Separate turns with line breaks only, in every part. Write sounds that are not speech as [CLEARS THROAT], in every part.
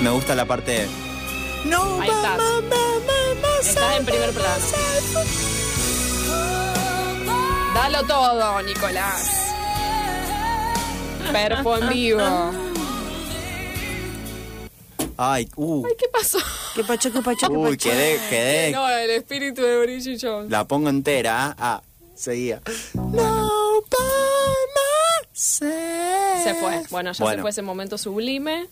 Me gusta la parte. No,
Ahí estás.
mamá, mamá,
Estás en primer plano. Dalo todo, Nicolás. Perfo en vivo.
Ay, uh.
Ay, [LAUGHS] ¿qué pasó?
¿Qué pacho, qué pacho, qué
Uy,
pacho?
quedé, quedé.
No, el espíritu de Bridget Jones.
La pongo entera. ¿ah? Ah, seguía. No, mamá, se...
Se fue. Bueno, ya se fue ese momento sublime.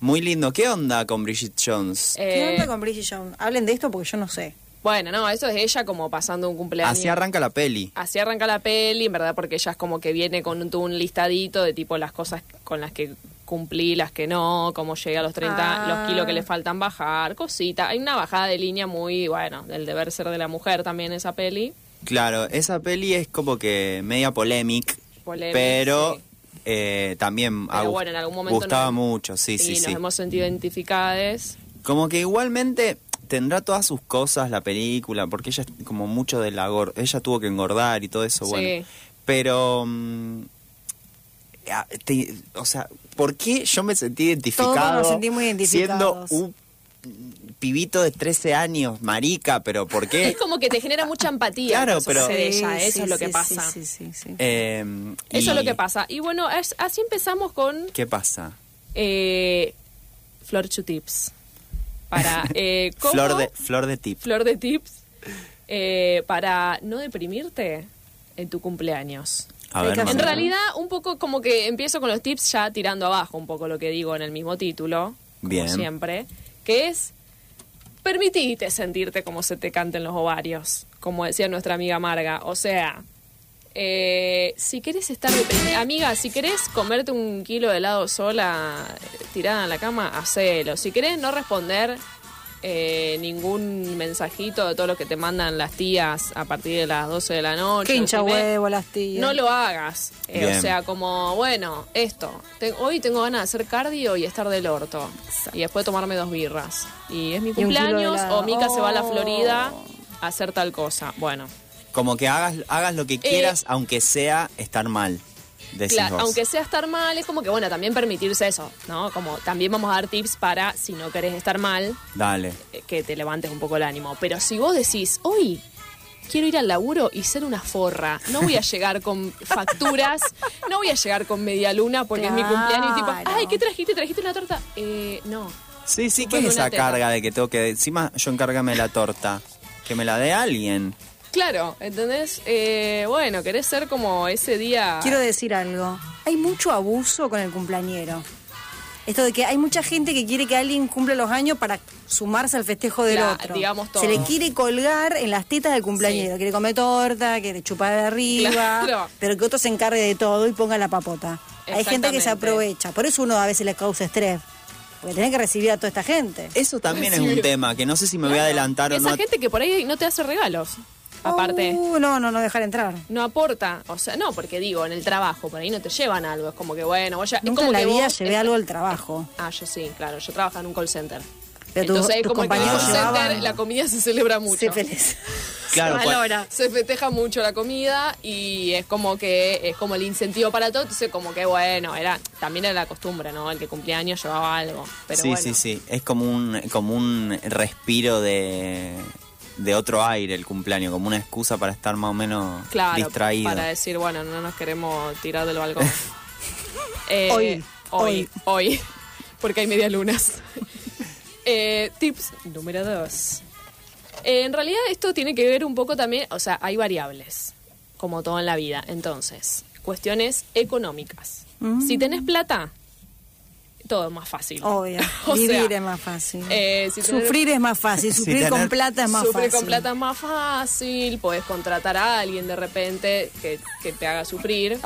Muy lindo. ¿Qué onda con Bridget Jones?
Eh,
¿Qué onda con Bridget Jones? Hablen de esto porque yo no sé.
Bueno, no, eso es ella como pasando un cumpleaños.
Así arranca la peli.
Así arranca la peli, en verdad, porque ella es como que viene con un, un listadito de tipo las cosas con las que cumplí, las que no, cómo llegué a los 30,
Ah.
los kilos que le faltan bajar, cosita. Hay una bajada de línea muy, bueno, del deber ser de la mujer también esa peli.
Claro, esa peli es como que media polémica,
Polémica,
pero
sí.
eh, también
Pero
a Gu-
bueno, en algún momento...
gustaba
nos-
mucho, sí, sí,
nos
sí.
hemos sentido identificadas.
Como que igualmente tendrá todas sus cosas la película, porque ella es como mucho de la gor- ella tuvo que engordar y todo eso,
Sí.
bueno. Pero mm, a- te- o sea, ¿por qué yo me sentí identificado?
sentimos identificados.
Siendo un pibito de 13 años, marica, pero ¿por qué?
[LAUGHS] Es como que te genera mucha empatía.
Claro,
lo que
pero-
sucede de ella,
Sí,
eso
sí,
es lo que
sí,
pasa.
Sí, sí, sí. sí.
Eh,
Eso es lo
y-
que pasa. Y bueno, es- así empezamos con
¿Qué pasa?
eh, Flor Chu Tips.
[LAUGHS]
Para, eh, ¿cómo?
Flor de flor de tip.
Flor de Tips. eh, para no deprimirte en tu cumpleaños.
A
Hay
ver,
que
mamá.
En
Sí.
realidad, un poco como que empiezo con los tips ya tirando abajo un poco lo que digo en el mismo título, como
Bien.
siempre, que es permitite sentirte como se te canten los ovarios, como decía nuestra amiga Marga. O sea, eh, si querés estar deprimida, amiga, si querés comerte un kilo de helado sola eh, tirada en la cama, hacelo. Si querés no responder eh, ningún mensajito de todo lo que te mandan las tías a partir de las 12 de la noche.
Qué hincha
si ves-
huevo, las tías.
no lo hagas. Eh,
Bien.
o sea, como, bueno, esto. Te- hoy tengo ganas de hacer cardio y estar del orto. Y después tomarme dos birras. Y es mi
kilo de
cumpleaños
helado.
o Mica se va a la
Oh.
Florida a hacer tal cosa. Bueno,
Como que hagas, hagas lo que quieras, aunque sea estar mal. Decís
Eh, claro,
vos.
aunque sea estar mal, es como que, bueno, también permitirse eso, ¿no? Como también vamos a dar tips para, si no querés estar mal,
Dale.
eh, que te levantes un poco el ánimo. Pero si vos decís, hoy quiero ir al laburo y ser una forra, no
[LAUGHS]
voy a llegar con facturas, no voy a llegar con media luna porque es mi
Claro.
cumpleaños y tipo, ay, ¿qué trajiste? ¿Trajiste una torta? Eh, no.
Sí, sí, ¿qué
Bueno,
es
una
esa
teta.
carga de que tengo que... Encima yo encárgame la torta. Que me la dé alguien.
Claro, ¿entendés? Eh, bueno, querés ser como ese día...
Quiero decir algo. Hay mucho abuso con el cumpleañero. Esto de que hay mucha gente que quiere que alguien cumpla los años para sumarse al festejo del
La-
otro.
digamos todo.
Se le quiere colgar en las tetas del cumpleañero.
Sí.
Quiere comer torta, quiere chupar de arriba,
Claro.
pero que otro se encargue de todo y ponga la papota. Hay gente que
Exactamente.
se aprovecha. Por eso uno a veces le causa estrés. Porque tenés que recibir a toda esta gente.
Eso también es un tema, que no sé si me voy a adelantar o
Esa
no.
gente que por ahí no te hace regalos, aparte.
Uh, no, no, no dejar entrar.
No aporta, o sea, no, porque digo, en el trabajo, por ahí no te llevan algo, es como que bueno, vos ya, es
Nunca
como
en la
que
vida
vos-
llevé algo
[LAUGHS]
al trabajo.
Ah, yo sí, claro, yo trabajaba en un call center.
Pero tus-
Entonces,
tus
como que en el
compañeros
call center
llevaban-
la comida se celebra mucho.
Sé
[LAUGHS]
feliz.
Claro, pues,
Se
cua-
valora.
Se festeja mucho la comida y es como que es como el incentivo para todo, entonces como que bueno, era también era la costumbre, ¿no? El que cumplía años llevaba algo, pero
sí,
bueno.
sí, sí. Es como un, como un respiro de, de otro aire el cumpleaños, como una excusa para estar más o menos
Claro,
distraído.
para decir, bueno, no nos queremos tirar del balcón. Eh,
Hoy,
hoy, hoy, porque hay
[LAUGHS]
media lunas. Eh, tips número dos. Eh, en realidad esto tiene que ver un poco también, o sea, hay variables, como todo en la vida. Entonces, cuestiones económicas.
Mm.
Si tenés plata, todo es más fácil.
Obvio.
[LAUGHS] O sea,
Vivir es más fácil.
eh, si tenés-
Sufrir es más fácil.
Si
Sufrir con
tener-
plata es más
Sufrir
fácil. Ah,
con plata es más fácil, podés contratar a alguien de repente que, que te
[LAUGHS]
haga sufrir.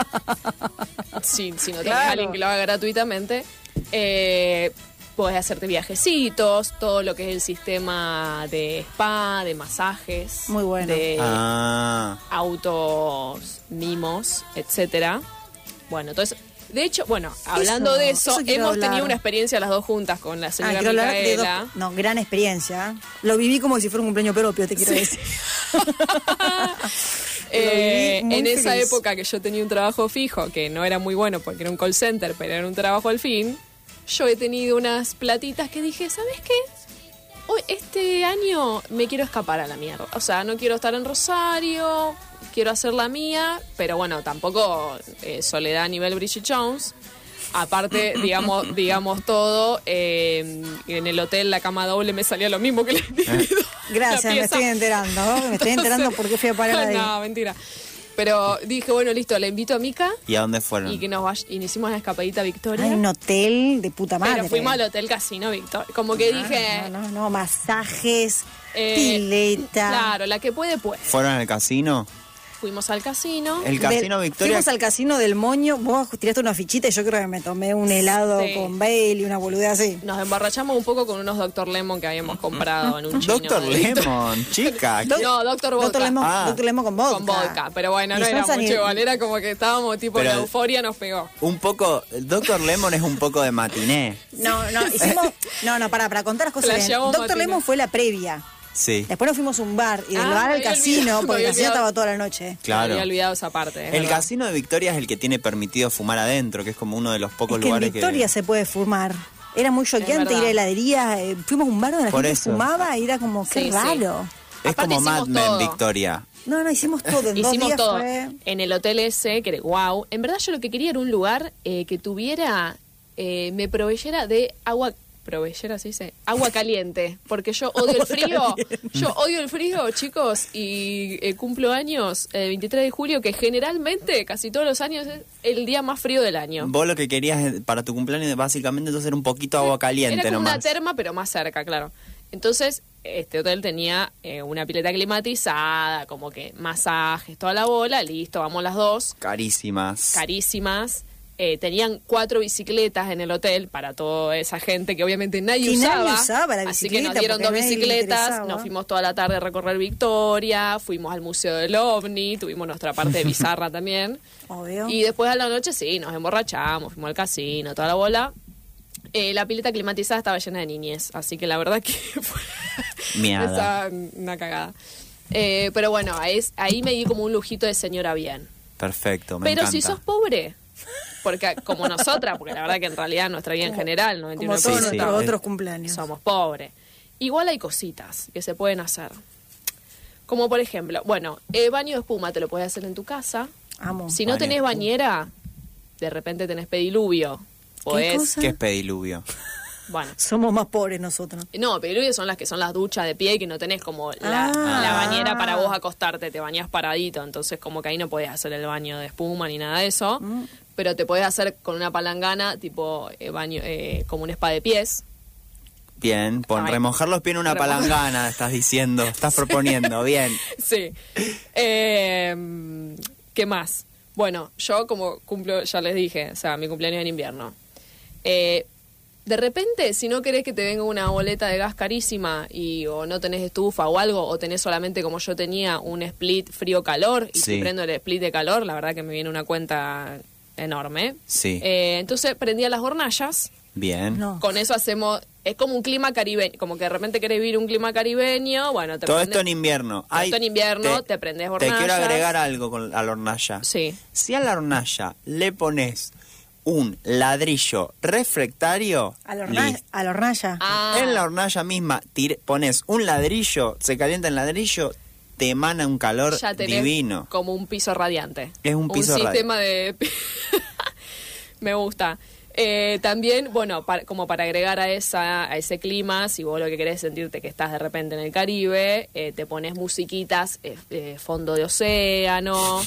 si, si no tenés a
Claro.
alguien que lo haga gratuitamente. Eh, podés hacerte viajecitos, todo lo que es el sistema de spa, de masajes.
Muy bueno.
De
Ah,
autos, mimos, etcétera. Bueno, entonces... De hecho, bueno, hablando
Eso,
de eso,
eso quiero
hemos
hablar.
tenido una experiencia las dos juntas con la
Ah,
señora
quiero hablar de dos-
Micaela.
No, gran experiencia. Lo viví como si fuera un cumpleaños propio, te quiero decir.
Eh,
Lo viví
en
muy
esa
feliz.
época que yo tenía un trabajo fijo, que no era muy bueno porque era un call center, pero era un trabajo al fin, yo he tenido unas platitas que dije, ¿sabes qué? Hoy, este año me quiero escapar a la mierda. O sea, no quiero estar en Rosario, quiero hacer la mía, pero bueno, tampoco eh, soledad a nivel Bridget Jones.
[COUGHS]
Aparte, digamos, digamos todo, eh, en el hotel la cama doble me salía lo mismo que [LAUGHS] [LAUGHS] la individual.
Gracias, me
pieza.
estoy enterando. ¿no? Me estoy enterando
Entonces-
por qué fui a parar
[LAUGHS]
ahí.
No, mentira. Pero dije, bueno, listo, la invito a Mica
¿Y a dónde fueron?
y que nos vaya, y nos hicimos una escapadita a Victoria.
Hay un hotel de puta madre.
pero fuimos al hotel casino Victoria. Como que
Ah,
dije,
Ah, No, no, no, masajes,
eh,
pileta.
Claro, la que puede, puede.
¿Fueron al casino?
Fuimos al casino.
El casino
Del-
Victoria.
Fuimos al casino del moño, vos tiraste una fichita y yo creo que me tomé un helado
Sí.
con Bailey, una boludez así.
Nos emborrachamos un poco con unos Dr. Lemon que habíamos comprado
[LAUGHS]
en un chino.
Doctor
de Victoria.
Lemon, chica.
[LAUGHS] Doc-
¿qué-
No, Doctor Vodka.
Doctor Lemon,
Ah.
Doctor Lemon con vodka.
Con vodka. Pero bueno,
Y
no era
Johnson
mucho
y-
igual. ¿eh? Era como que estábamos tipo
Pero-
la euforia nos pegó.
Un poco. Doctor Lemon es un poco de matiné.
No, no, hicimos. No, no, para, para contar las cosas. bien.
Flasheamos
Doctor
matina.
Lemon fue la previa.
Sí.
Después nos fuimos a un bar y del
Ah, me
bar al
había
casino,
olvidado, me
porque el
había
casino
olvidado.
estaba toda la noche.
Claro.
Me había olvidado esa parte. es
El
verdad.
casino de Victoria es el que tiene permitido fumar adentro, que es como uno de los pocos
Es que en
lugares
Victoria se puede fumar. Era muy choqueante ir
verdad.
a heladería. eh, fuimos a un bar donde la
Por
gente
eso.
fumaba y era como, qué
Sí, sí.
raro.
que. Es
Aparte
como Mad
hicimos
Men,
todo.
Victoria.
No, no, hicimos todo. En dos
Hicimos
días
todo
fue-
en el hotel ese, que era guau. En verdad yo lo que quería era un lugar eh, que tuviera, eh, me proveyera de agua, proveyera se dice, agua caliente, porque yo odio el frío, yo odio el frío, chicos, y eh, cumplo años el 23 de julio, que generalmente, casi todos los años, es el día más frío del año.
Vos lo que querías eh, para tu cumpleaños, básicamente, entonces era un poquito agua
Era
caliente
como
nomás.
una terma, pero más cerca, claro. Entonces, este hotel tenía eh, una pileta climatizada, como que masajes, toda la bola, listo, vamos las dos.
Carísimas.
carísimas. eh, tenían cuatro bicicletas en el hotel para toda esa gente que obviamente nadie
Que
usaba.
nadie usaba la
así que nos
bicicleta
dieron
porque
dos
a nadie le
bicicletas,
interesaba.
nos fuimos toda la tarde a recorrer Victoria, fuimos al Museo del OVNI, tuvimos nuestra
[LAUGHS]
parte bizarra también.
Obvio.
Y después a la noche sí, nos emborrachamos, fuimos al casino, toda la bola. Eh, la pileta climatizada estaba llena de niñez, así que la verdad que [LAUGHS] fue
Miada.
esa- una cagada. Eh, pero bueno, ahí, ahí me di como un lujito de señora bien.
Perfecto, me
Pero
encanta.
si sos pobre, porque como nosotras, porque la verdad que en realidad nuestra vida en general, 99%
Como todos
Sí, sí.
nuestros otros cumpleaños.
somos pobres. Igual hay cositas que se pueden hacer. Como por ejemplo, bueno, eh, baño de espuma te lo puedes hacer en tu casa.
Amo.
Si no
Baño de
tenés
espuma.
bañera, de repente tenés pediluvio. Podés,
cosa?
¿Qué es pediluvio?
bueno.
Somos más pobres nosotros.
No, pediluvio son las que son las duchas de pie y que no tenés como la,
Ah.
la bañera para vos acostarte, te bañás paradito, entonces como que ahí no podés hacer el baño de espuma ni nada de eso, pero te podés hacer con una palangana tipo eh, baño eh, como un spa de pies.
Bien, pon
Ay.
remojar los pies en una
Remo-
palangana, estás diciendo, estás
[LAUGHS]
proponiendo, bien.
Sí. Eh, ¿Qué más? Bueno, yo como cumplo, ya les dije, o sea, mi cumpleaños es en invierno. Eh, de repente, si no querés que te venga una boleta de gas carísima y o no tenés estufa o algo, o tenés solamente como yo tenía un split frío-calor, y
Sí.
si prendo el split de calor, la verdad que me viene una cuenta enorme.
Sí.
Eh, entonces prendía las hornallas.
Bien.
No.
Con eso hacemos, es como un clima caribeño, como que de repente querés vivir un clima caribeño, bueno, te
Todo
prendes-
esto en invierno.
Todo esto en invierno, te prendés
Te quiero
hornallas.
agregar algo con, a la hornalla.
Sí.
Si a la hornalla le pones un ladrillo refractario,
A la horna-
listo.
a la hornalla.
Ah,
en la hornalla misma tir- pones un ladrillo, se calienta el ladrillo, te emana un calor
ya tenés
divino.
como un piso radiante.
Es un piso
Un sistema de... [LAUGHS] Me gusta. Eh, también, bueno, para- como para agregar a, esa, a ese clima, si vos lo que querés es sentirte que estás de repente en el Caribe, eh, te pones musiquitas, eh, eh, fondo de océano,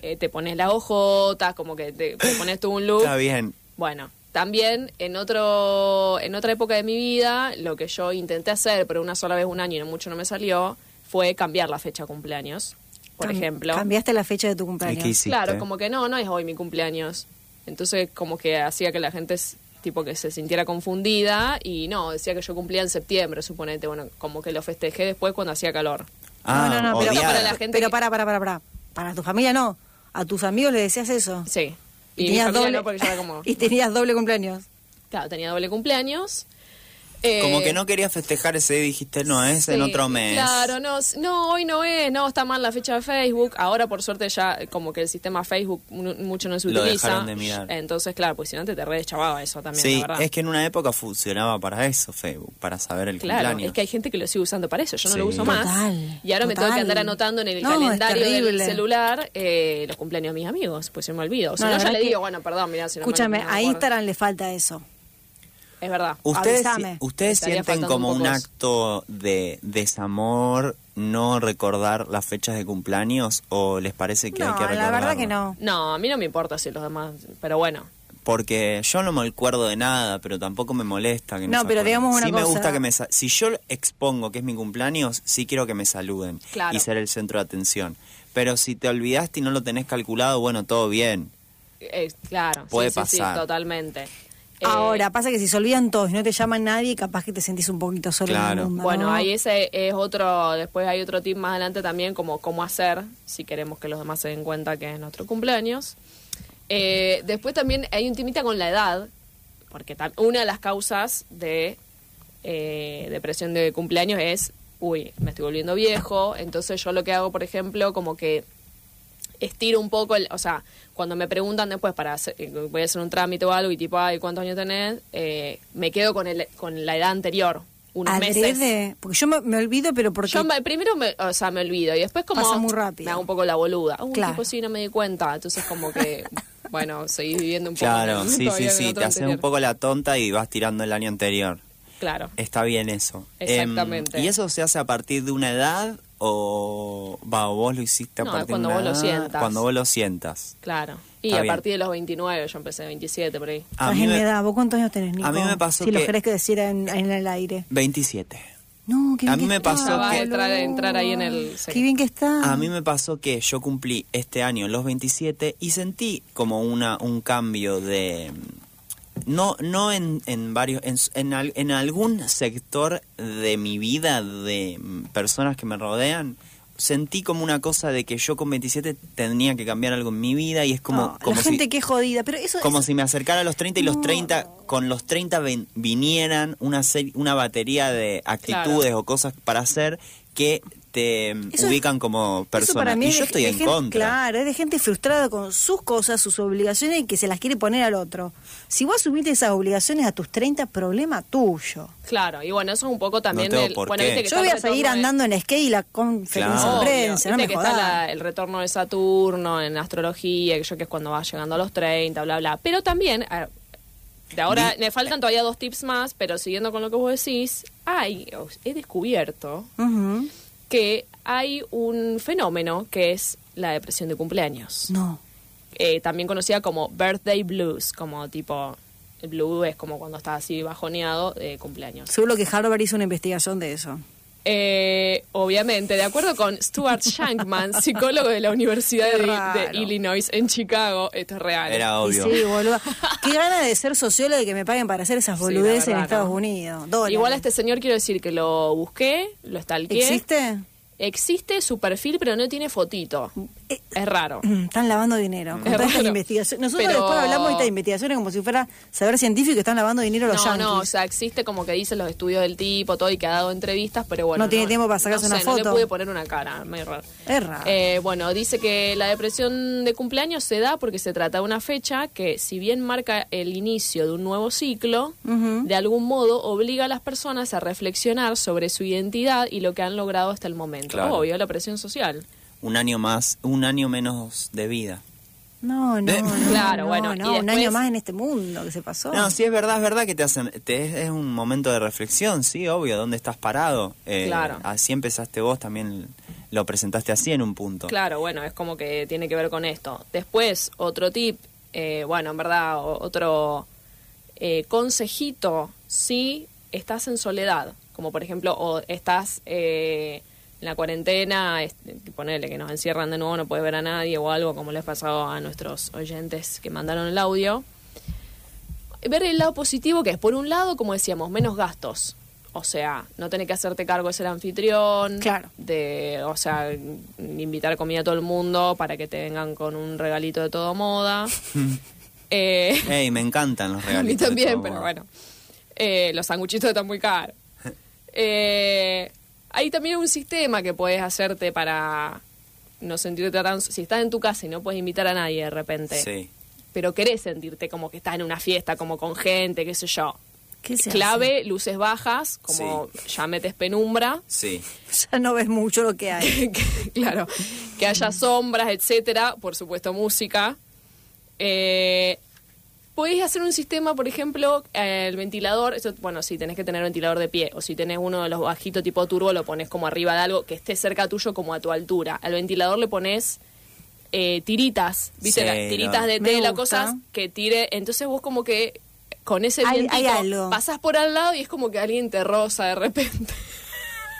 eh, te pones las ojotas, como que te, te pones tú un look.
Está bien.
Bueno, también en otro en otra época de mi vida, lo que yo intenté hacer, pero una sola vez un año y no mucho no me salió, fue cambiar la fecha de cumpleaños, por
Cam-
ejemplo.
Cambiaste la fecha de
¿Y
tu
qué
cumpleaños.
hiciste?
Claro, como que no, no es hoy mi cumpleaños. Entonces, como que hacía que la gente s- tipo que se sintiera confundida y no, decía que yo cumplía en septiembre, suponete, bueno, como que lo festejé después cuando hacía calor.
Ah,
no, no, no, pero,
odiada.
para la gente
pero
que-
para, para, para, para. Para tu familia no. A tus amigos le decías eso.
Sí.
Y,
mi
tenías
familia
doble. [LAUGHS]
no, porque yo era como
y tenías doble cumpleaños.
Claro, tenía doble cumpleaños. Eh,
Como que no querías festejar ese día, dijiste, no, es en
Sí,
otro mes.
Claro, no, s- no, hoy no es, no, está mal la fecha de Facebook. Ahora, por suerte, ya eh, como que el sistema Facebook mu- mucho no se
Lo
utiliza.
dejaron de mirar.
Entonces, claro, pues si no te, te redeschababa eso también,
Sí,
la verdad.
es que en una época funcionaba para eso Facebook, para saber el
Claro,
cumpleaños.
es que hay gente que lo sigue usando para eso, yo no lo
Sí.
uso más.
Total,
y ahora me tengo que
total.
andar anotando en el
No, es
calendario del
terrible.
celular eh, los cumpleaños de mis amigos, pues se me olvido. Si
No,
no,
la
ya
verdad
le
que-
digo, bueno, perdón, mirá, si no me-
Escúchame,
no me
a
acuerdo.
Instagram le falta eso.
Es verdad.
¿Ustedes,
Avísame.
ustedes
Estaría
sienten
faltando
como
un
un,
poco eso.
acto de desamor no recordar las fechas de cumpleaños o les parece que hay
No,
que recordar?
la verdad que no.
No, a mí no me importa si los demás, pero bueno.
Porque yo no me acuerdo de nada, pero tampoco me molesta que no,
No,
se
pero
acuerden.
digamos una
sí me
cosa.
gusta que me sa- si yo expongo que es mi cumpleaños, sí quiero que me saluden
Claro.
y ser el centro de atención. Pero si te olvidaste y no lo tenés calculado, bueno, todo bien.
Eh, claro, sí,
Puede
sí, sí,
pasar.
totalmente. Eh,
Ahora, pasa que si se olvidan todos y no te llama nadie, capaz que te sentís un poquito solo en
Claro.
el mundo.
Bueno,
¿no?
ahí ese es otro, después hay otro tip más adelante también como cómo hacer, si queremos que los demás se den cuenta que es nuestro cumpleaños. Eh, después también hay un timita con la edad, porque tam- una de las causas de eh, depresión de cumpleaños es, uy, me estoy volviendo viejo, entonces yo lo que hago, por ejemplo, como que estiro un poco, el, o sea, cuando me preguntan después para hacer- eh, voy a hacer un trámite o algo y tipo, ay, ¿cuántos años tenés? Eh, me quedo con, el, con la edad anterior, unos
Adrede,
meses.
porque yo me, me olvido, pero porque
Yo me- primero me, o sea, me olvido y después como
Pasa muy rápido.
me hago un poco la boluda. Un
Claro.
tipo sí no me di cuenta, entonces como
[LAUGHS]
que bueno, seguís viviendo un poco. [LAUGHS]
Claro, sí,
todavía
sí,
con
sí,
otro
te haces un
anterior.
poco la tonta y vas tirando el año anterior.
Claro.
Está bien eso. Em,
Exactamente.
¿Y eso se hace a partir de una edad o va, vos lo hiciste a
No,
partir
cuando
de una
vos lo
edad?
sientas.
Cuando vos lo sientas.
Claro. Y
Está
a
bien.
partir de los 29, yo empecé 27 por ahí.
A
estás
mí
en
me-
mi edad. ¿Vos cuántos años tenés, Nico?
a mí me pasó
Si lo
que-
querés que decir en, en el aire.
27.
No, qué bien
A mí
que
me
está,
pasó
Acaba de
que-
entrar, entrar ahí en el...
Qué bien que está. Ah,
A mí me pasó que yo cumplí este año los 27 y sentí como una un cambio de no no en, en varios en, s- en, al- en algún sector de mi vida de mm, personas que me rodean sentí como una cosa de que yo con 27 tenía que cambiar algo en mi vida y es como
No,
como
Ah, la
si-
gente que es jodida, pero eso
Como
eso-
si me acercara a los 30 y los
No.
30, con los 30 ven- vinieran una, serie- una batería de actitudes o cosas para hacer que te mm,
Eso es-
ubican como
Eso
persona.
para mí
Y
es
yo
de-
estoy
de
en
gente-
contra.
Claro, es de gente frustrada con sus cosas, sus obligaciones y que se las quiere poner al otro. Si vos asumiste esas obligaciones a tus 30, problema tuyo.
Claro, y bueno, eso es un poco también
No tengo
el...
por
bueno,
qué.
viste que
Yo
está
voy
el
a seguir
retorno de-
andando en skate y la conferencia
Claro.
de
Obvio,
prensa,
viste
no me
que está
jodas.
la- el retorno de Saturno en astrología, que yo que es cuando vas llegando a los 30, bla, bla. Pero también, a- de ahora, me faltan todavía dos tips más, pero siguiendo con lo que vos decís, hay, he descubierto
Ujú.
que hay un fenómeno que es la depresión de cumpleaños.
No.
Eh, también conocida como birthday blues, como tipo, el blue es como cuando estás así bajoneado de cumpleaños.
Seguro que Harvard hizo una investigación de eso.
Eh, obviamente, de acuerdo con
[LAUGHS]
Stuart Shankman, psicólogo de la Universidad
Qué
de,
raro.
de Illinois en Chicago, esto es real.
Era
Y
obvio.
sí, boluda. Qué gana de ser sociólogo y que me paguen para hacer esas
Sí, la
boludeces en
verdad,
Estados
¿no?
Unidos. Dólares.
Igual a este señor quiero decir que lo busqué, lo stalkeé.
¿Existe?
Existe su perfil, pero no tiene fotito.
Eh, [CLEARS THROAT]
Es raro.
Están lavando dinero con
Es
todas estas
raro.
investigaciones. Nosotros
Pero-
después hablamos de estas investigaciones como si fuera saber científico y están lavando dinero los
No,
yankees.
no, o sea, existe como que dicen los estudios del tipo, todo, y que ha dado entrevistas, pero bueno.
No tiene tiempo para sacarse
no
una
sé, No
foto.
le pude poner una cara, medio raro.
Es raro.
Eh, bueno, dice que la depresión de cumpleaños se da porque se trata de una fecha que, si bien marca el inicio de un nuevo ciclo, de algún modo obliga a las personas a reflexionar sobre su identidad y lo que han logrado hasta el momento.
Claro.
Obvio, la presión social.
Un año más, un año menos de vida.
No, no,
Eh,
no,
claro,
no,
bueno, y
no, un
después-
año más en este mundo que se pasó.
No, sí, es verdad, es verdad que te hacen. Te, es- es un momento de reflexión, sí, obvio, dónde estás parado. Eh,
Claro.
Así empezaste vos, también lo presentaste así en un punto.
Claro, bueno, es como que tiene que ver con esto. Después, otro tip, eh, bueno, en verdad, o- otro eh, consejito, si estás en soledad, como por ejemplo, o estás eh, en la cuarentena, es- ponele que nos encierran de nuevo, no puedes ver a nadie o algo, como les ha pasado a nuestros oyentes que mandaron el audio ver el lado positivo que es, por un lado, como decíamos, menos gastos. O sea, no tener que hacerte cargo de ser anfitrión.
Claro.
De, o sea, invitar comida a todo el mundo para que te vengan con un regalito
[LAUGHS]
de todo moda. eh,
Ey, me encantan los
[LAUGHS] a
regalitos.
mí
[LAUGHS]
de
también,
todo
pero
modo.
bueno. Eh, los sanguchitos están muy
[LAUGHS]
caros. Eh, hay también un sistema que puedes hacerte para no sentirte tan... Si estás en tu casa y no puedes invitar a nadie de repente,
Sí.
pero querés sentirte como que estás en una fiesta, como con gente, qué sé yo.
¿Qué se
Clave, luces bajas, como ya metes penumbra.
Sí.
hace? Ya no ves mucho lo que hay.
[LAUGHS] que- claro, que haya sombras, etcétera, por supuesto música. Eh, podéis hacer un sistema, por ejemplo, eh, el ventilador, esto, bueno, si tenés que tener ventilador de pie, o si tenés uno de los bajitos tipo turbo, lo pones como arriba de algo que esté cerca tuyo como a tu altura. Al ventilador le pones eh, tiritas, ¿viste?
Sí,
Las tiritas
no.
de
Me
tela,
gusta.
cosas que tire. Entonces vos como que con ese
Hay- hay
vientito
algo.
pasás por al lado y es como que alguien te roza de repente.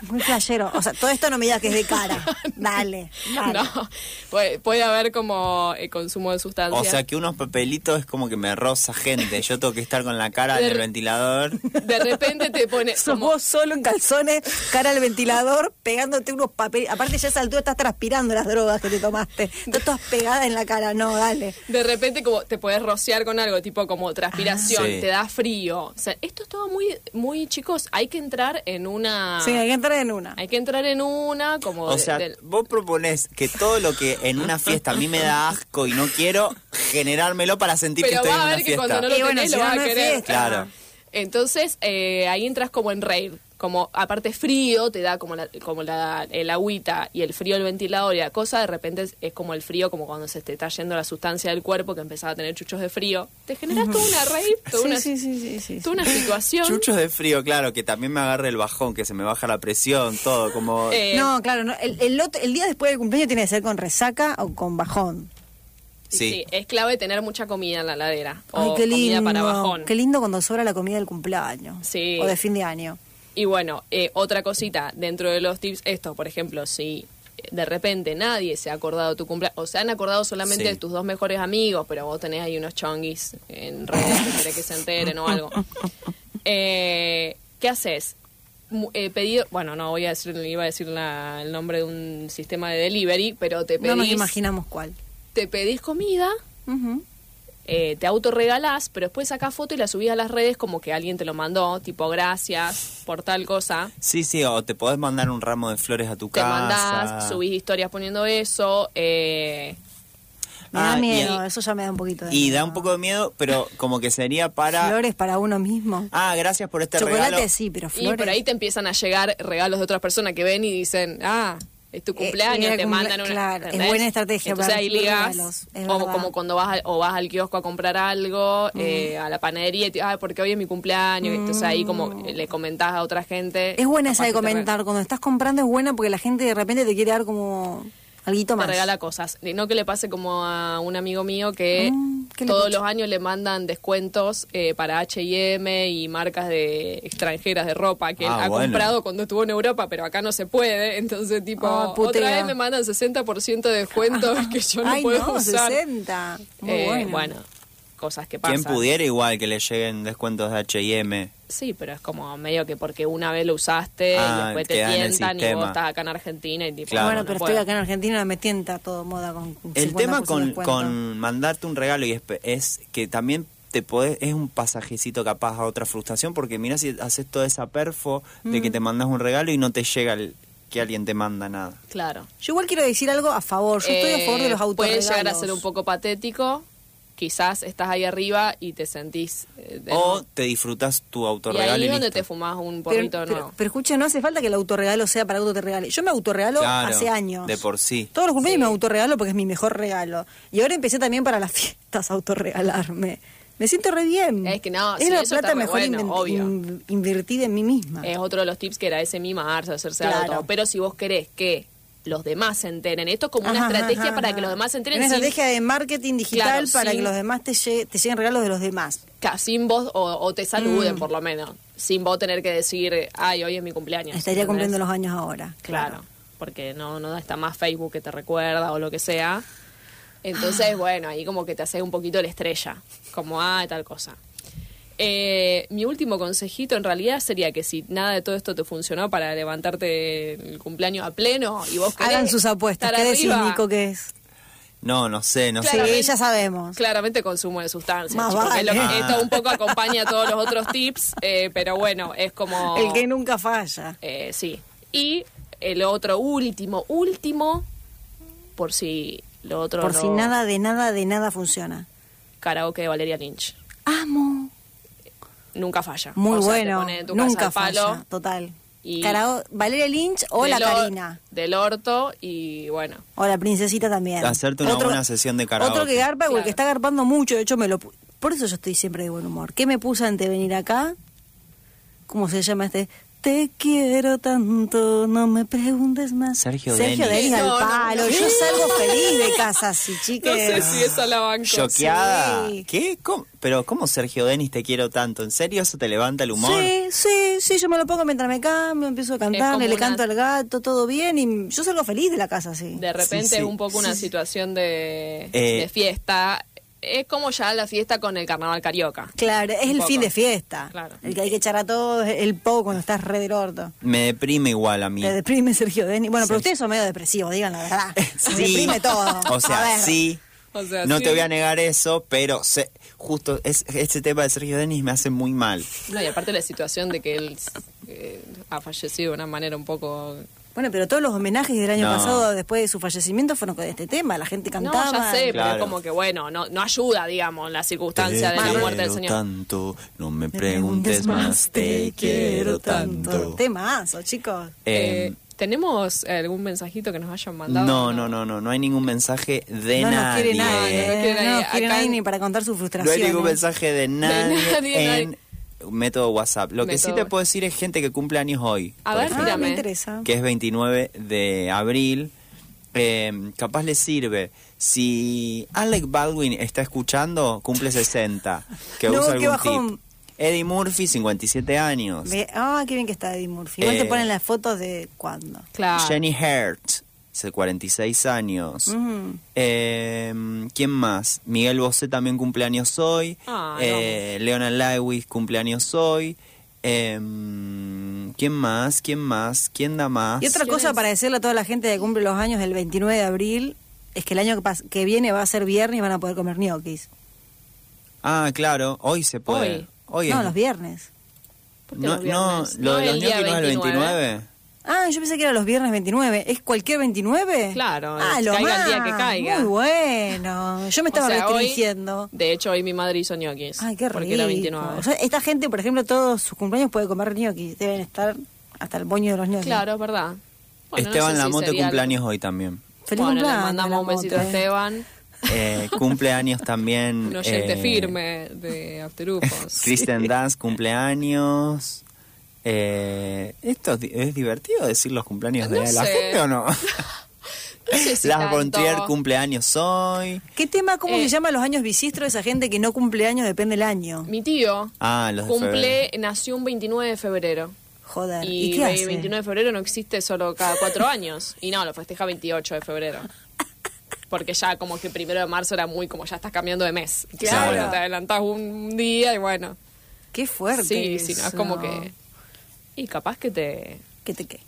Muy playero. O sea, todo esto no me digas que es
[LAUGHS]
de cara. Dale. dale.
No, puede, puede haber como eh, consumo de sustancias.
O sea que unos papelitos es como que me roza gente. Yo tengo que estar con la cara en el
Pero-
ventilador.
de repente te [LAUGHS] pone
[LAUGHS] Sos
como,
vos solo en calzones, cara al ventilador, pegándote unos papeles. Aparte, ya a esa altura estás transpirando las drogas que te tomaste. Estás todas pegadas en la cara. No, dale.
de repente como te puedes rociar con algo, tipo como transpiración,
Ah. Sí.
te da frío. O sea, esto es todo muy, muy chicos, hay que entrar en una...
Sí, hay que entrar en una.
Hay que entrar en una, como...
O
de-
sea,
del-
vos proponés que todo lo que en una fiesta a mí me da asco y no quiero, generármelo para sentir
pero
que estoy
va
en
a ver
una
que cuando
fiesta.
no lo
Y bueno,
tenés
si
lo
no,
vas
no
a
es
querer.
fiesta.
Claro.
Entonces eh, ahí entras como en rave. Como aparte frío, te da como, la, como la- el agüita y el frío del ventilador y la cosa, de repente es, es como el frío, como cuando se te está yendo la sustancia del cuerpo que empezaba a tener chuchos de frío. Te generas toda una
[LAUGHS]
rave, toda, una, toda una situación.
Chuchos de frío, claro, que también me agarre el bajón, que se me baja la presión, todo, como...
Eh,
No, claro, no. El, el otro- el día después del cumpleaños tiene que ser con resaca o con bajón.
sí.
sí.
es clave tener mucha comida en la ladera.
Ay,
o
qué lindo.
comida para bajón.
Qué lindo cuando sobra la comida del cumpleaños.
Sí.
O de fin de año.
Y bueno, eh, otra cosita dentro de los tips, esto, por ejemplo, si de repente nadie se ha acordado tu cumpleaños, o se han acordado solamente
Sí.
de tus dos mejores amigos, pero vos tenés ahí unos chonguis en redes que querés que se enteren o algo. Eh, ¿Qué haces? Mu- eh, pedido, bueno, no voy a decir, iba a decir la- el nombre de un sistema de delivery, pero te
No nos
pedís,
imaginamos cuál.
te pedís comida,
Ujú.
eh, te autorregalás, pero después sacás foto y la subís a las redes como que alguien te lo mandó, tipo gracias por tal cosa.
Sí, sí, o te podés mandar un ramo de flores a tu
te
casa.
mandás, subís historias poniendo eso. Eh,
Me
Ah,
da
y-
miedo, eso ya me da un poquito de
Y
miedo.
da un poco de miedo, pero como que sería para...
Flores para uno mismo.
Ah, gracias por este
Chocolate
regalo.
sí, pero
y
flores.
por ahí te empiezan a llegar regalos de otras personas que ven y dicen, ah, es tu
Eh,
cumpleaños,
era
te
cumple-
mandan una...
claro, es
¿entendés?
buena estrategia
Entonces
para
ahí
recibir
ligás,
regalos, es
o
verdad.
como cuando vas al, o vas al kiosco a comprar algo, eh, a la panadería, y te- ah, porque hoy es mi cumpleaños, entonces ahí como eh, le comentás a otra gente.
Es buena esa
capaz que
de
te re-
comentar. Cuando estás comprando es buena porque la gente de repente te quiere dar como alguito
Te
más.
regala cosas. Y No que le pase como a un amigo mío que
Mm, ¿qué le
todos
pasa?
los años le mandan descuentos eh, para HM y marcas de extranjeras de ropa que él
Ah,
ha
bueno.
comprado cuando estuvo en Europa, pero acá no se puede. Entonces, tipo,
Ah, putea. Ah,
otra vez me mandan 60% de descuento [LAUGHS] que yo no
Ay,
puedo
no,
usar.
60. Muy
Eh,
bueno.
cosas que pasan.
Quien pudiera igual que le lleguen descuentos de H&M.
Sí, pero es como medio que porque una vez lo usaste y
Ah,
después te
queda en el
tientan y vos
sistema.
estás acá en Argentina y tipo,
Claro.
bueno,
no
pero
puedo.
estoy acá en Argentina, me tienta todo moda con
El
50%
tema
de
con,
descuento.
con mandarte un regalo y espe- es que también te podés, es un pasajecito capaz a otra frustración, porque mirá si haces toda esa perfo de que te mandas un regalo y no te llega el, que alguien te manda nada.
Claro.
Yo igual quiero decir algo a favor. Yo estoy a favor de los
Eh, Puede
autorregalos.
llegar a ser un poco patético. Quizás estás ahí arriba y te sentís. eh, de-
O te disfrutas tu
y
autorregalo
ahí
y
es donde te
listo.
fumás un
Pero,
porrito
pero-
no.
pero escucha, no hace falta que el autorregalo sea para que otro te regale. Yo me autorregalo
Claro,
hace años.
de por sí.
Todos los cumpleaños me autorregalo porque es mi mejor regalo. Y ahora empecé también para las [LAUGHS] fiestas a autorregalarme. Me siento re bien.
Es que no,
Es
sí,
la
eso
plata
está re
mejor
bueno,
inven-
obvio.
in- invertida en mí misma.
Es otro de los tips que era ese mimarse, hacerse algo
ah. Claro.
todo. Pero si vos querés que los demás se enteren, esto es como una
Ajá,
estrategia
ajá,
para
ajá.
que los demás se enteren.
Una
sin-
estrategia de marketing digital
Claro,
para
sin-
que los demás te, llegue- te lleguen regalos de Mm. los demás.
ca- sin vos o, o te saluden por lo menos. Sin vos tener que decir, ay, hoy es mi cumpleaños.
Estaría
¿entendés?
cumpliendo los años ahora.
Claro, porque no, no está más Facebook que te recuerda o lo que sea.
Ah.
Entonces, bueno, ahí como que te hace un poquito la estrella, como, ah, tal cosa. Eh, mi último consejito en realidad sería que si nada de todo esto te funcionó para levantarte el cumpleaños a pleno y vos querés
Hagan sus apuestas.
estar
¿Qué decís,
arriba,
Nico, que es?
No, no sé, no
Claro.
sé.
Sí, ya sabemos.
Claramente consumo de sustancias.
Más
chicos, que es lo que-
vale.
esto un poco acompaña a todos los otros tips, eh, pero bueno, es como...
El que nunca falla.
Eh, sí. Y el otro último, último, por si lo otro
Por
no-
si nada de nada de nada funciona.
Karaoke de Valeria Lynch.
Amo.
Nunca falla.
Muy
O sea, te
bueno.
pone en tu casa
Nunca
al palo
falla. Total.
Y-
Carao- Valeria Lynch o la
del or-
Karina.
Del orto y bueno.
O la princesita también.
Hacerte una buena sesión de karaoke.
Otro que garpa o el
Claro.
que está garpando mucho. De hecho, me lo pu- por eso yo estoy siempre de buen humor. ¿Qué me puse antes de venir acá? ¿Cómo se llama este? Te quiero tanto, no me preguntes más.
Sergio
Sergio
Denis.
Denis al
No, no,
palo.
no.
Yo salgo feliz de casa así,
No
chicas.
sé
Ah,
si es a la banco.
Choqueada.
Sí.
¿Qué? ¿Cómo? Pero ¿cómo Sergio Denis te quiero tanto? ¿En serio eso te levanta el humor?
Sí, sí, sí, yo me lo pongo mientras me cambio, empiezo a cantar,
como
le
una-
canto al gato, todo bien, y yo salgo feliz de la casa, sí.
De repente
Sí, sí.
es un poco una situación de,
Eh.
de fiesta. Es como ya la fiesta con el carnaval carioca.
Claro, es
Un
el
poco.
fin de fiesta.
Claro.
El que hay que echar a todos, el poco cuando estás re del orto.
Me deprime igual a mí.
Te deprime Sergio Denis. Bueno,
Sergio.
pero ustedes son medio depresivos, digan
[LAUGHS]
la verdad. Te deprime todo.
O sea,
A ver.
sí.
O sea,
no
sí.
te voy a negar eso, pero se- justo es, este tema de Sergio Denis me hace muy mal.
No, y aparte la situación de que él eh, ha fallecido de una manera un poco...
Bueno, pero todos los homenajes del año
No.
pasado después de su fallecimiento fueron con este tema. La gente cantaba.
No, ya sé, pero
Claro.
es como que bueno, no, no ayuda, digamos, la
Te
circunstancia de la
quiero
muerte del señor.
tanto, no me preguntes más, te quiero tanto.
Temazo, chicos.
Eh,
Eh, ¿Tenemos algún mensajito que nos hayan mandado?
no, no, no, no, no hay ningún mensaje de
no nos
nadie.
quiere nadie. ¿eh?
No nos quiere
No ¿eh?
nadie.
nos quiere
Acá
nadie
en-
ni para contar su
No hay
frustración.
ningún mensaje de nadie,
nadie,
en método WhatsApp. Lo que sí
Método
te
WhatsApp.
puedo decir es gente que cumple años hoy.
A
por
ver,
ejemplo.
Ah, me
Mírame.
interesa.
que es 29 de abril. Eh, capaz le sirve. Si Alec Baldwin está escuchando, cumple 60. Que
[LAUGHS] No,
usa
qué
algún
bajón.
tip. Eddie Murphy, 57 años.
Ve- Ah, qué bien que está Eddie Murphy. Igual te
Eh.
ponen las fotos de cuándo.
Claro.
Jenny Hurt, hace 46 años. Eh, ¿Quién más? Miguel Bosé también cumpleaños hoy.
Ah,
Eh, Leona Lewis cumpleaños hoy. Eh, ¿Quién más? ¿Quién más? ¿Quién da más?
Y otra
¿Quién
cosa
es?
para decirle a toda la gente que cumple los años el 29 de abril es que el año que, pas- que viene va a ser viernes y van a poder comer gnocchis.
Ah, claro, hoy se puede.
Hoy.
Hoy
No,
es-
los viernes.
¿Por qué
No,
los
no,
viernes?
lo de los
el día
ñoquis no es el 29.
Ah, yo pensé que era los viernes 29. ¿Es cualquier 29?
Claro,
ah,
es-
lo
caiga el
más.
día que caiga.
Muy bueno. Yo me
O
estaba
sea, hoy-
restringiendo.
de hecho, hoy mi madre hizo ñoquis.
Ay, qué rico.
Porque era 29.
O sea, esta gente, por ejemplo, todos sus cumpleaños puede comer gnocchis. Deben estar hasta el boño de los gnocchis.
claro, es verdad. Bueno, no
Esteban
sé si
Lamote
sería
cumpleaños hoy
[LAUGHS]
también.
algo-
Feliz
bueno, le
cumpleaños,
mandamos un besito a
Lamote.
Esteban.
Eh, cumpleaños también.
Un oyente
eh,
firme
[LAUGHS]
de Afterupos.
Kristen Dance, cumpleaños. Eh, ¿Esto es di- es divertido decir los cumpleaños de
No
la
sé.
gente o
[LAUGHS]
no?
No sé
[LAUGHS]
si
Las
tanto.
Bontrier cumpleaños hoy.
¿Qué tema, cómo
Eh.
se llama los años bisiestros de esa gente que no cumple años, depende del año?
Mi tío
Ah, los de
cumple,
febrero.
nació un 29 de febrero.
Joder, ¿y,
Y,
qué
ve-
hace?
29 de febrero no existe solo cada cuatro años. Y no, lo festeja 28 de febrero. Porque ya como que primero de marzo era muy como ya estás cambiando de mes. Entonces,
Claro.
bueno, te adelantás un día y bueno.
Qué fuerte.
Sí, sí, no, es
eso.
como que... Y capaz que te,
¿Qué te qué?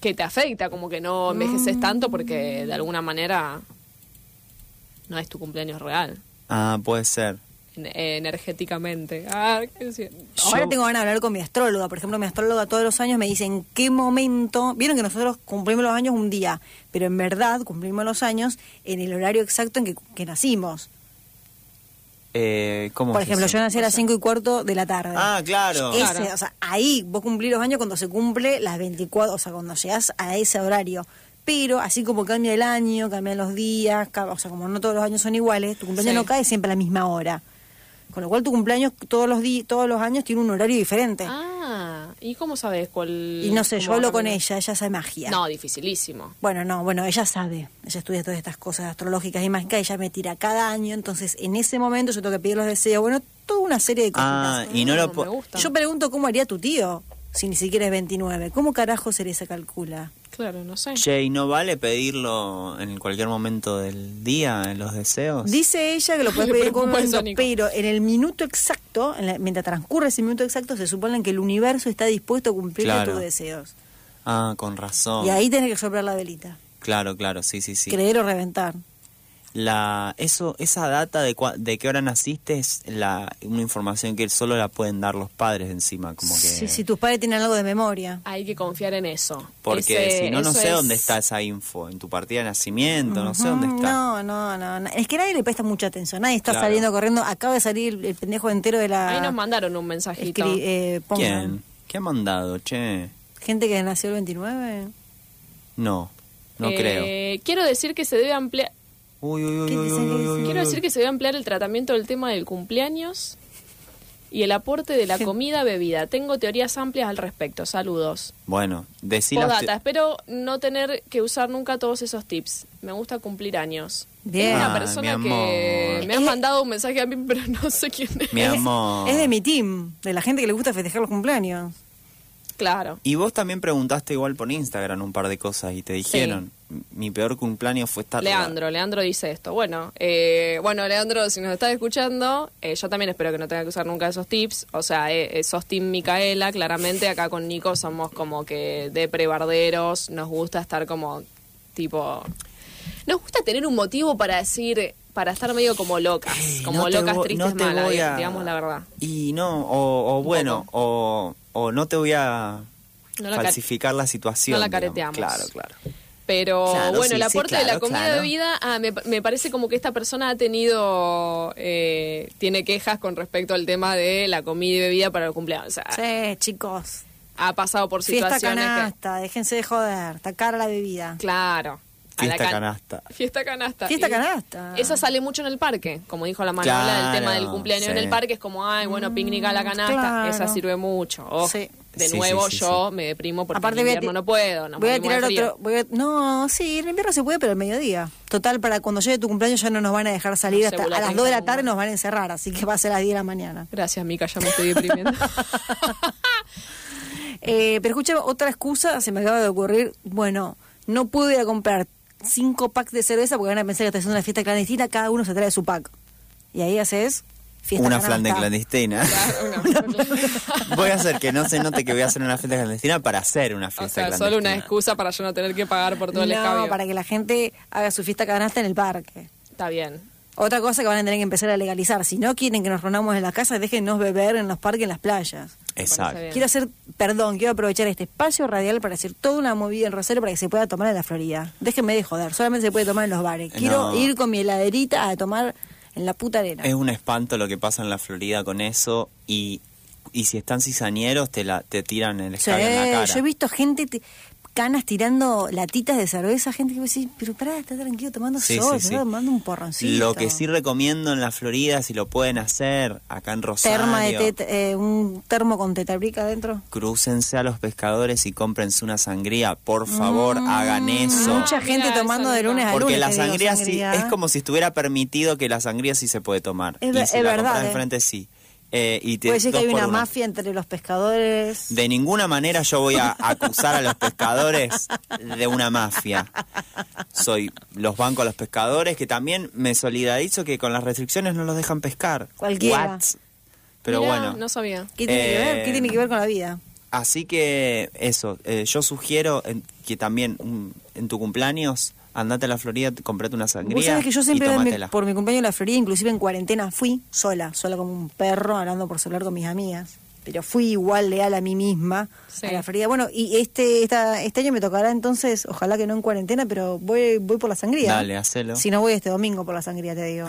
que te afecta, como que no envejeces tanto porque de alguna manera no es tu cumpleaños real.
Ah, puede ser.
en- energéticamente. Ah, qué decir.
Ahora
Yo-
tengo ganas de hablar con mi astróloga. Por ejemplo, mi astróloga todos los años me dice en qué momento. Vieron que nosotros cumplimos los años un día, pero en verdad cumplimos los años en el horario exacto en que, que nacimos.
Eh, ¿cómo
Por
es
ejemplo,
eso?
yo nací a las 5 y cuarto de la tarde.
Ah, claro.
Ese,
Claro.
O sea, ahí vos cumplís los años cuando se cumple las 24, o sea, cuando llegás a ese horario. Pero así como cambia el año, cambian los días, ca- o sea, como no todos los años son iguales, tu cumpleaños
Sí.
no cae siempre a la misma hora. Con lo cual tu cumpleaños todos los di- todos los años tiene un horario diferente.
Ah, ¿y cómo sabes cuál?
y no sé, yo
cómo
hablo
va
con
cambiando?
ella, ella sabe magia.
No, dificilísimo.
Bueno, no, bueno, ella sabe, ella estudia todas estas cosas astrológicas y mágicas, ella me tira cada año, entonces en ese momento yo tengo que pedir los deseos, bueno, toda una serie de cosas.
Ah, y no
Ah,
lo
me
po-
gusta.
Yo pregunto cómo haría tu tío si ni siquiera es 29. ¿Cómo carajo se le se calcula?
Claro, no sé.
Che, ¿y no vale pedirlo en cualquier momento del día, en los deseos?
Dice ella que lo puedes
Le
pedir con un
preocupa eso, Nico.
momento, pero en el minuto exacto, en la- mientras transcurre ese minuto exacto, se supone que el universo está dispuesto a cumplir
Claro.
tus deseos.
Ah, con razón.
Y ahí tenés que soplar la velita.
Claro, claro, sí, sí, sí.
Creer o reventar.
la eso esa data de, cua- de qué hora naciste es la una información que solo la pueden dar los padres encima como que
Sí, si tus padres tienen algo de memoria.
Hay que confiar en eso.
porque
Ese-
si no no
eso
sé
es-
dónde está esa info en tu partida de nacimiento no sé dónde está
No, no, no, no. Es que nadie le presta mucha atención. Nadie está
Claro.
saliendo corriendo. Acaba de salir el, el pendejo entero de la.
Ahí nos mandaron un mensajito.
escri- eh, pongan.
quién qué ha mandado che
Gente que nació el 29.
no no
Eh,
creo
Quiero decir que se debe ampliar.
uy uy uy
¿qué
uy,
dicen?
uy,
¿Qué
uy, uy,
Quiero
uy.
decir que se debe ampliar el tratamiento del tema del cumpleaños y el aporte de la comida bebida. Tengo teorías amplias al respecto. Saludos.
bueno decí las
Podata,
te-
espero no tener que usar nunca todos esos tips. Me gusta cumplir años.
Bien.
Es una
Ay,
persona
Ah, mi
que
amor.
me ha mandado un mensaje a mí, pero [LAUGHS] no sé quién es.
mi amor
Es de mi team, de la gente que le gusta festejar los cumpleaños.
Claro.
Y vos también preguntaste igual por Instagram un par de cosas y te dijeron, mi peor cumpleaños fue estar...
Leandro, Leandro dice esto. Bueno, eh, bueno, Leandro, si nos estás escuchando, eh, yo también espero que no tenga que usar nunca esos tips. O sea, eh, eh, sos Team Micaela, claramente acá con Nico somos como que de prebarderos, nos gusta estar como tipo... Nos gusta tener un motivo para decir, para estar medio como locas,
Ey,
[LAUGHS] como
Eh, no te
locas
vo-
tristes
no te
malas,
voy
dig-
a-
digamos la verdad.
Y no, o, o bueno, o, o no te voy a
No la
falsificar la situación.
no la
digamos.
careteamos.
Claro, claro.
Pero
Claro,
bueno,
sí,
el
sí,
aporte de la
claro,
comida
claro.
bebida, ah, me, me parece como que esta persona ha tenido, eh, tiene quejas con respecto al tema de la comida y bebida para el cumpleaños. O sea,
Sí, chicos.
ha pasado por Ah.
Fiesta
situaciones que...
canasta, déjense de joder. Está cara la bebida.
Claro. a la
Fiesta
can-
canasta.
Fiesta canasta.
Fiesta
Ah, Y
canasta.
Esa sale mucho en el parque, como dijo la Manuela, el tema del
Claro,
cumpleaños en
sí.
el parque es como, ay, bueno, picnic a la canasta,
claro.
esa sirve mucho. Oh,
Sí.
De
Sí, sí,
nuevo
sí,
yo me deprimo porque en
voy a
invierno
ti-
no puedo. nos
voy a
morimos de
tirar
frío.
otro. voy a- no, sí, en invierno se puede, pero al mediodía. Total, para cuando llegue tu cumpleaños ya no nos van a dejar salir.
No sé,
hasta
vos la
a las
tenés
2 de
tan
la tarde
buena.
nos van a encerrar, así que va a ser a las 10 de la mañana.
Gracias, Mica, ya me estoy deprimiendo.
[LAUGHS] Eh, pero escucha, otra excusa se me acaba de ocurrir. Bueno, no pude ir a comprar cinco packs de cerveza porque van a pensar que estás haciendo una fiesta clandestina, cada uno se trae su pack. Y ahí haces fiesta
una
canasta.
flan de
[LAUGHS]
clandestina.
Claro,
[LAUGHS]
una-
voy a hacer que no se note que voy a hacer una fiesta clandestina para hacer una fiesta
O sea,
clandestina.
solo una excusa para yo no tener que pagar por todo el
No,
escabio.
para que la gente haga su fiesta canasta en el parque.
Está bien.
Otra cosa que van a tener que empezar a legalizar. Si no quieren que nos reunamos en las casas, déjennos beber en los parques, en las playas.
Exacto.
Bien.
Quiero hacer, perdón, quiero aprovechar este espacio radial para hacer toda una movida en Rosario para que se pueda tomar en la Florida. Déjenme de joder, solamente se puede tomar en los bares. Quiero
Eh, No.
ir con mi heladerita a tomar en la puta arena.
Es un espanto lo que pasa en la Florida con eso y, y si están cizañeros te, la, te tiran el
Sí,
escabio en la cara.
yo he visto gente, ti- canas tirando latitas de cerveza, gente que me dice, pero pará, está tranquilo tomando
Sí,
sol,
sí,
se
sí.
está tomando un porroncito.
Lo que sí recomiendo en la Florida, si lo pueden hacer, acá en Rosario,
Terma de teta- eh, un termo con tetabrica adentro.
crúcense a los pescadores y cómprense una sangría. Por favor, hagan eso.
Mm, Mucha gente
Mira,
tomando
eso
de
no.
lunes a
Porque
lunes.
la
te digo,
sangría, sí,
sangría.
es como si estuviera permitido que la sangría sí se puede tomar.
Es
y
ver-
si
es
la
verdad,
compras
eh.
enfrente, sí. Eh, y te,
Puede ser que
dos
hay
por
una
uno.
mafia entre los pescadores.
De ninguna manera yo voy a acusar a los pescadores de una mafia. Soy los bancos a los pescadores que también me solidarizo que con las restricciones no los dejan pescar.
Cualquiera.
What? Pero
Mirá,
bueno.
No sabía.
¿Qué tiene, que ver? ¿Qué
Eh,
tiene que ver con la vida?
Así que eso, eh, yo sugiero en- que también mm, en tu cumpleaños andate a la Florida, te- comprate una sangría
Vos sabés que yo siempre
y
iba en mi-
tómatela.
por mi cumpleaños en la Florida, inclusive en cuarentena, fui sola, sola como un perro, hablando por celular con mis amigas. Pero fui igual leal a mí misma
Sí.
a la Florida. Bueno, y este esta, este año me tocará entonces, ojalá que no en cuarentena, pero voy voy por la sangría.
Dale, hacelo.
Si no voy este domingo por la sangría,
[LAUGHS]
te digo.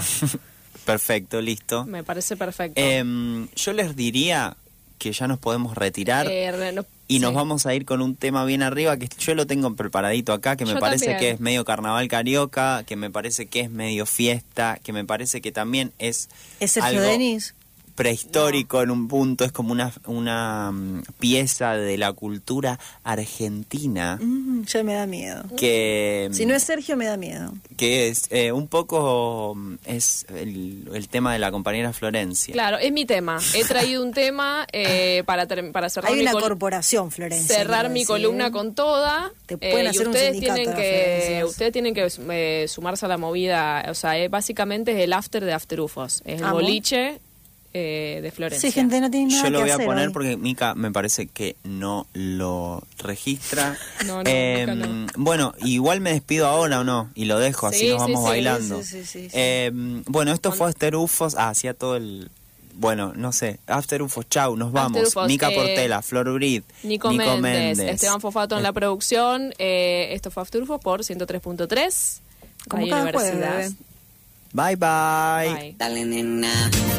Perfecto, listo.
Me parece perfecto.
Eh,
Em, yo les diría que ya nos podemos retirar
Eh, re- no-
y nos
sí.
vamos a ir con un tema bien arriba que yo lo tengo preparadito acá, que me
Yo
parece
también.
que es medio carnaval carioca, que me parece que es medio fiesta, que me parece que también es...
¿Es Sergio
algo-
Denis?
prehistórico en un punto, es como una, una mm, pieza de la cultura argentina
Mm, ya me da miedo.
que,
Mm.
mm,
Si no es Sergio, me da miedo.
que es eh, un poco mm, es el, el tema de la compañera Florencia.
Claro, es mi tema. He traído un tema eh, para, ter- para cerrar
Hay
mi
una
col-
corporación, Florencia.
cerrar
quiero
mi
decir. ¿eh?
columna con toda. eh,
Te pueden
y
hacer un
ustedes
sindicato,
tienen
las
que
Florencias.
ustedes tienen que eh, sumarse a la movida. O sea, eh, básicamente es el after de Afterufos. Es el
Amo.
boliche eh, de Florencia.
Sí, gente, no tiene nada
Yo lo
que
voy a
hacer
poner
hoy.
porque Mika me parece que no lo registra.
[LAUGHS] No, no,
Eh,
Mika no.
Bueno, igual me despido ahora o no, y lo dejo, así
Sí,
nos
sí,
vamos
sí,
bailando.
sí, sí, sí, sí.
Eh, bueno, esto fue After Ufos, ah, hacía todo el... Bueno, no sé, After Ufos, chau, nos vamos.
Ufos,
Mica
eh,
Portela, Flor Brid,
Nico, Méndez, Esteban Fofato en la producción. Eh, esto fue After Ufo por 103.3.
Como
Radio
cada jueves,
Universidad.
bebé.
bye. bye.
Bye.
Dale, nena.